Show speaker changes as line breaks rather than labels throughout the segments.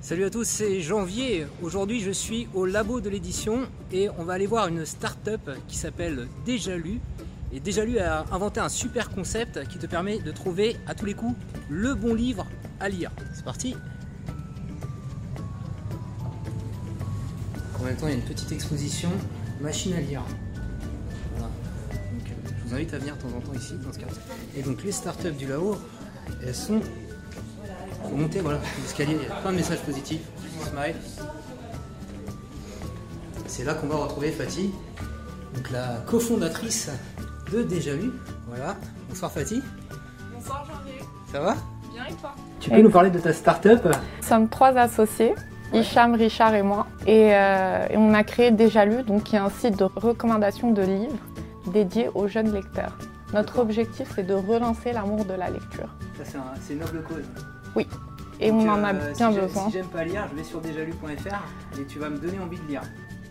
Salut à tous, c'est Janvier. Aujourd'hui, je suis au labo de l'édition et on va aller voir une start-up qui s'appelle Déjà Lu. Et Déjà Lu a inventé un super concept qui te permet de trouver à tous les coups le bon livre à lire. C'est parti En même temps, il y a une petite exposition machine à lire. Voilà. Donc, euh, je vous invite à venir de temps en temps ici dans ce quartier. Et donc, les startups du Lao, elles sont faut monter, voilà, l'escalier, il y a plein de messages positifs. Smile. C'est là qu'on va retrouver Fatih, donc la cofondatrice de Déjà Vu. Voilà. Bonsoir Fatih,
Bonsoir Jean-Pierre,
ça va
bien et toi
Tu peux nous parler de ta start-up
Nous sommes trois associés, Hicham, Richard et moi. Et, euh, et on a créé Déjà Lu, donc, qui est un site de recommandation de livres dédié aux jeunes lecteurs. Notre objectif, c'est de relancer l'amour de la lecture.
Ça, c'est, un- c'est une noble cause.
Et
Donc,
on en a hein.
euh,
bien
si j'ai-
besoin.
Si j'aime pas lire, je vais sur déjalu.fr et tu vas me donner envie de lire.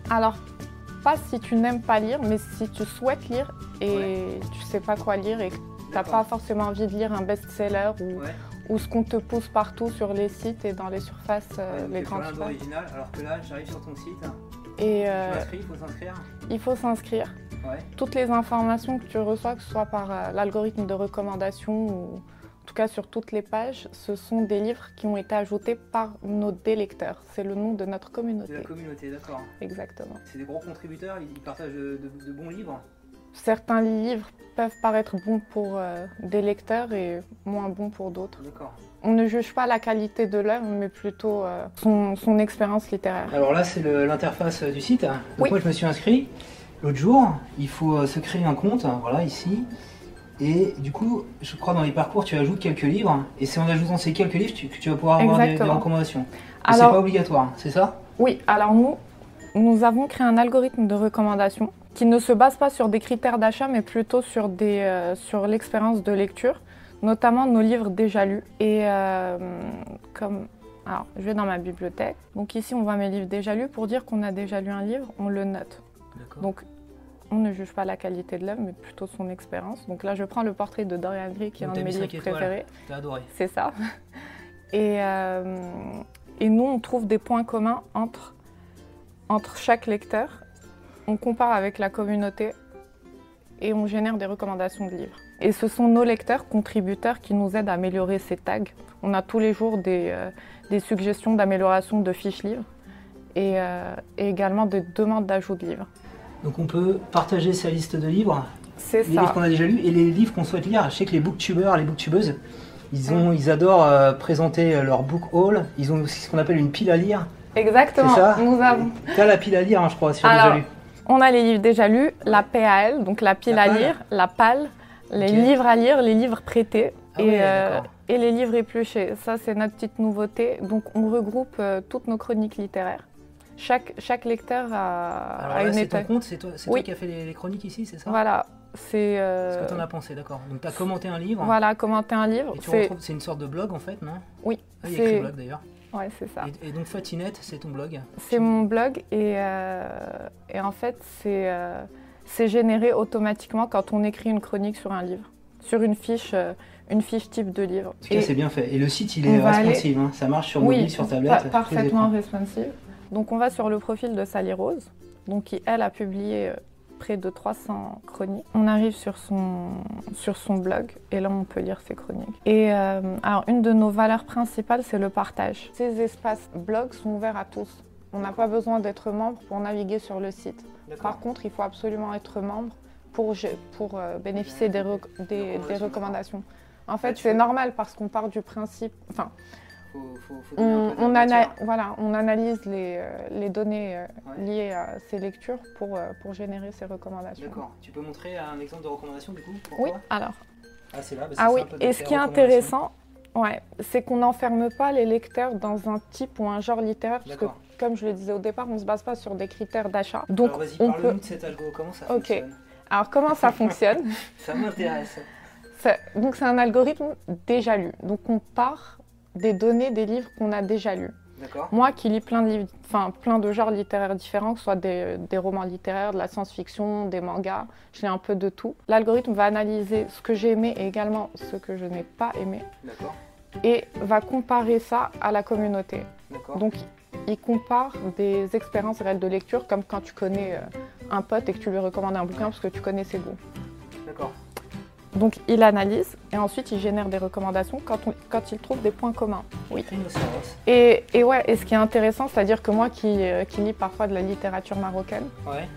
Alors, pas si tu n'aimes pas lire, mais si tu souhaites lire et tu sais pas quoi lire et que t'as
D'accord.
pas forcément envie de lire un best-seller ou,
Ouais.
ou ce qu'on te pousse partout sur les sites et dans les surfaces,
Ouais,
euh,
donc,
les
il faut
grandes
rien
surfaces.
d'original, alors que là, j'arrive sur ton site, je
Et euh,
m'inscris, il faut s'inscrire.
il faut s'inscrire.
Ouais.
toutes les informations que tu reçois, que ce soit par euh, l'algorithme de recommandation ou en tout cas sur toutes les pages, ce sont des livres qui ont été ajoutés par nos délecteurs. C'est le nom de notre
De la
communauté.
communauté, d'accord.
Exactement.
C'est des gros contributeurs, ils ils partagent de- de- de bons livres.
Certains livres peuvent paraître bons pour euh, des lecteurs et moins bons pour d'autres.
D'accord.
On ne juge pas la qualité de l'œuvre, mais plutôt euh, son, son expérience littéraire.
Alors là, c'est le- l'interface euh, du site. Donc
Oui.
moi, je me suis inscrit. L'autre jour, il faut euh, se créer un compte, hein, voilà, ici. Et du coup, je crois dans les parcours, tu ajoutes quelques livres. Et c'est en ajoutant ces quelques livres tu- que tu vas pouvoir avoir des, des
Exactement.
recommandations. Mais C'est
Alors,
pas obligatoire, hein, c'est ça
Oui, alors nous, nous avons créé un algorithme de recommandation qui ne se base pas sur des critères d'achat, mais plutôt sur, des, euh, sur l'expérience de lecture, notamment nos livres déjà lus. Et euh, comme... Alors, je vais dans ma bibliothèque. Donc ici, on voit mes livres déjà lus. Pour dire qu'on a déjà lu un livre, on le note.
D'accord.
Donc, on ne juge pas la qualité de l'œuvre, mais plutôt son expérience. Donc là, je prends le portrait de Dorian Gray, qui est
Donc,
un
t'as
de mes
mis cinq
livres
étoiles.
préférés.
T'as adoré.
C'est ça. Et, euh, et nous, on trouve des points communs entre, entre chaque lecteur. On compare avec la communauté et on génère des recommandations de livres. Et ce sont nos lecteurs, contributeurs, qui nous aident à améliorer ces tags. On a tous les jours des, euh, des suggestions d'amélioration de fiches livres et, euh, et également des demandes d'ajout de livres.
Donc on peut partager sa liste de livres,
C'est
les livres
ça.
qu'on a déjà lus et les livres qu'on souhaite lire. Je sais que les booktubeurs, les booktubeuses, ils, ont, ils adorent euh, présenter euh, leur book haul. Ils ont aussi ce qu'on appelle une pile à lire.
Exactement.
C'est ça
Nous avons
T'as la pile à lire, hein, je crois, sur
Alors,
déjà lu.
On a les livres déjà lus, la PAL, donc la pile
La
à
palle.
lire, la palle, les
Ok.
livres à lire, les livres prêtés
Ah
et,
ouais,
euh,
d'accord.
et les livres épluchés. Ça, c'est notre petite nouveauté. Donc, on regroupe euh, toutes nos chroniques littéraires. Chaque, chaque lecteur a,
Alors
a
là,
une
c'est ton
étape.
compte, c'est toi, c'est
Oui.
toi qui as fait les, les chroniques ici, c'est ça
Voilà, c'est. euh,
Ce que t'en as pensé, d'accord. Donc t'as commenté un livre,
Voilà, commenter un livre.
et tu
c'est-
retrouves, c'est une sorte de blog en fait, non
Oui,
Ah, il y a écrit
c'est-
blog d'ailleurs.
Ouais, c'est ça.
Et, et donc Fatinette, c'est ton blog.
C'est mon blog et, euh, et en fait, c'est euh, c'est généré automatiquement quand on écrit une chronique sur un livre, sur une fiche, euh, une fiche type de livre.
En tout cas,
Et-
c'est bien fait. Et le site, il
on
est
va aller-
responsive, hein. ça marche sur mobile, sur tablette.
par-
tous les
parfaitement
écrans.
responsive. Donc on va sur le profil de Sally Rose, donc qui elle a publié euh, près de 300 chroniques. On arrive sur son, sur son blog et là on peut lire ses chroniques. Et euh, alors une de nos valeurs principales c'est le partage. Ces espaces blogs sont ouverts à tous. On n'a pas besoin d'être membre pour naviguer sur le site.
D'accord.
Par contre, il faut absolument être membre pour, gé- pour euh, bénéficier des, rec- des- des recommandations. En fait, c'est normal parce qu'on part du principe, enfin,
Faut- faut- faut donner un
on,
peu de
on, ana-
matière.
voilà, on analyse les, euh, les données euh,
Ouais.
liées à ces lectures pour, euh, pour générer ces recommandations.
D'accord. Tu peux montrer un exemple de recommandation du coup pour
Oui,
toi
alors.
Ah, c'est là. parce que
Ah
c'est
oui,
un peu
et
des
ce qui est
recommandations.
intéressant, ouais, c'est qu'on n'enferme pas les lecteurs dans un type ou un genre littéraire, parce que,
D'accord.
comme je le disais au départ, on ne se base pas sur des critères d'achat. Donc,
Alors, vas-y,
on
parle-nous
peut.
de cet algo. Comment ça
Ok.
fonctionne
Alors, comment ça fonctionne
Ça m'intéresse.
Ça- donc c'est un algorithme déjà lu. Donc on part des données des livres qu'on a déjà lus.
D'accord.
Moi qui lis plein de, livres- enfin, plein de genres littéraires différents, que ce soit des, des romans littéraires, de la science-fiction, des mangas, je lis un peu de tout. L'algorithme va analyser ce que j'ai aimé et également ce que je n'ai pas aimé
D'accord.
et va comparer ça à la communauté.
D'accord.
Donc, il compare des expériences réelles de lecture, comme quand tu connais euh, un pote et que tu lui recommandes un bouquin parce que tu connais ses goûts.
D'accord.
Donc, il analyse et ensuite il génère des recommandations quand, on- quand il trouve des points communs. Oui.
Rhinocéros.
Et, et ouais, et ce qui est intéressant, c'est-à-dire que moi qui, euh, qui lis parfois de la littérature marocaine,
Ouais.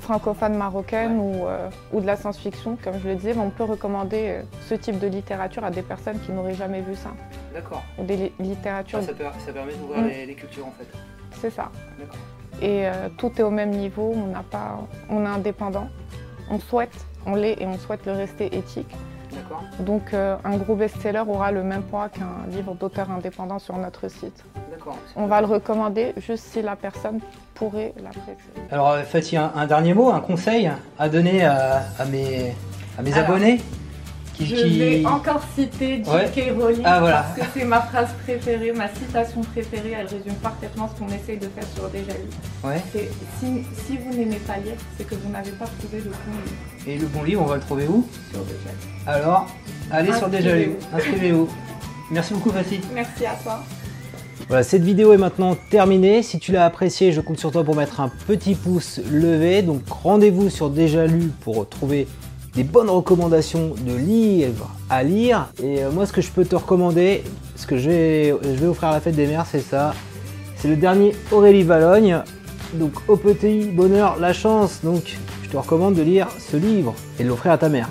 francophone marocaine ou, euh, ou de la science-fiction, comme je le disais, mais on peut recommander euh, ce type de littérature à des personnes qui n'auraient jamais vu ça.
D'accord.
Ou des li- littératures,
Ah, ça, per- ça permet d'ouvrir
Mm.
les, les cultures en fait.
c'est ça.
D'accord.
Et euh, tout est au même niveau, on n'a pas, on est indépendant, on souhaite, on l'est et on souhaite le rester éthique.
D'accord.
Donc euh, un gros best-seller aura le même poids qu'un livre d'auteur indépendant sur notre site.
D'accord.
On va le recommander juste si la personne pourrait l'apprécier.
Alors euh, Fatih, un, un dernier mot, un conseil à donner à, à mes, à mes
Alors,
abonnés qui,
Je
qui-
vais encore citer J.K. Rowling
Ah, voilà.
parce que c'est ma phrase préférée, ma citation préférée. Elle résume parfaitement ce qu'on essaye de faire sur Déjà lu.
Ouais.
C'est si, si vous n'aimez pas lire, c'est que vous n'avez pas trouvé le bon livre
Et le bon livre, on va le trouver où
sur Déjà lu.
Alors, allez sur Déjà Lu,
Inscrivez-vous.
inscrivez-vous. Merci beaucoup Fatih.
Merci à toi.
Voilà, cette vidéo est maintenant terminée. Si tu l'as appréciée, je compte sur toi pour mettre un petit pouce levé. Donc rendez-vous sur Déjà Lu pour trouver des bonnes recommandations de livres à lire. Et euh, moi, ce que je peux te recommander, ce que je vais, je vais offrir à la fête des mères, c'est ça. C'est le dernier Aurélie Valogne. Donc, au petit bonheur, la chance. Donc, je te recommande de lire ce livre et de l'offrir à ta mère.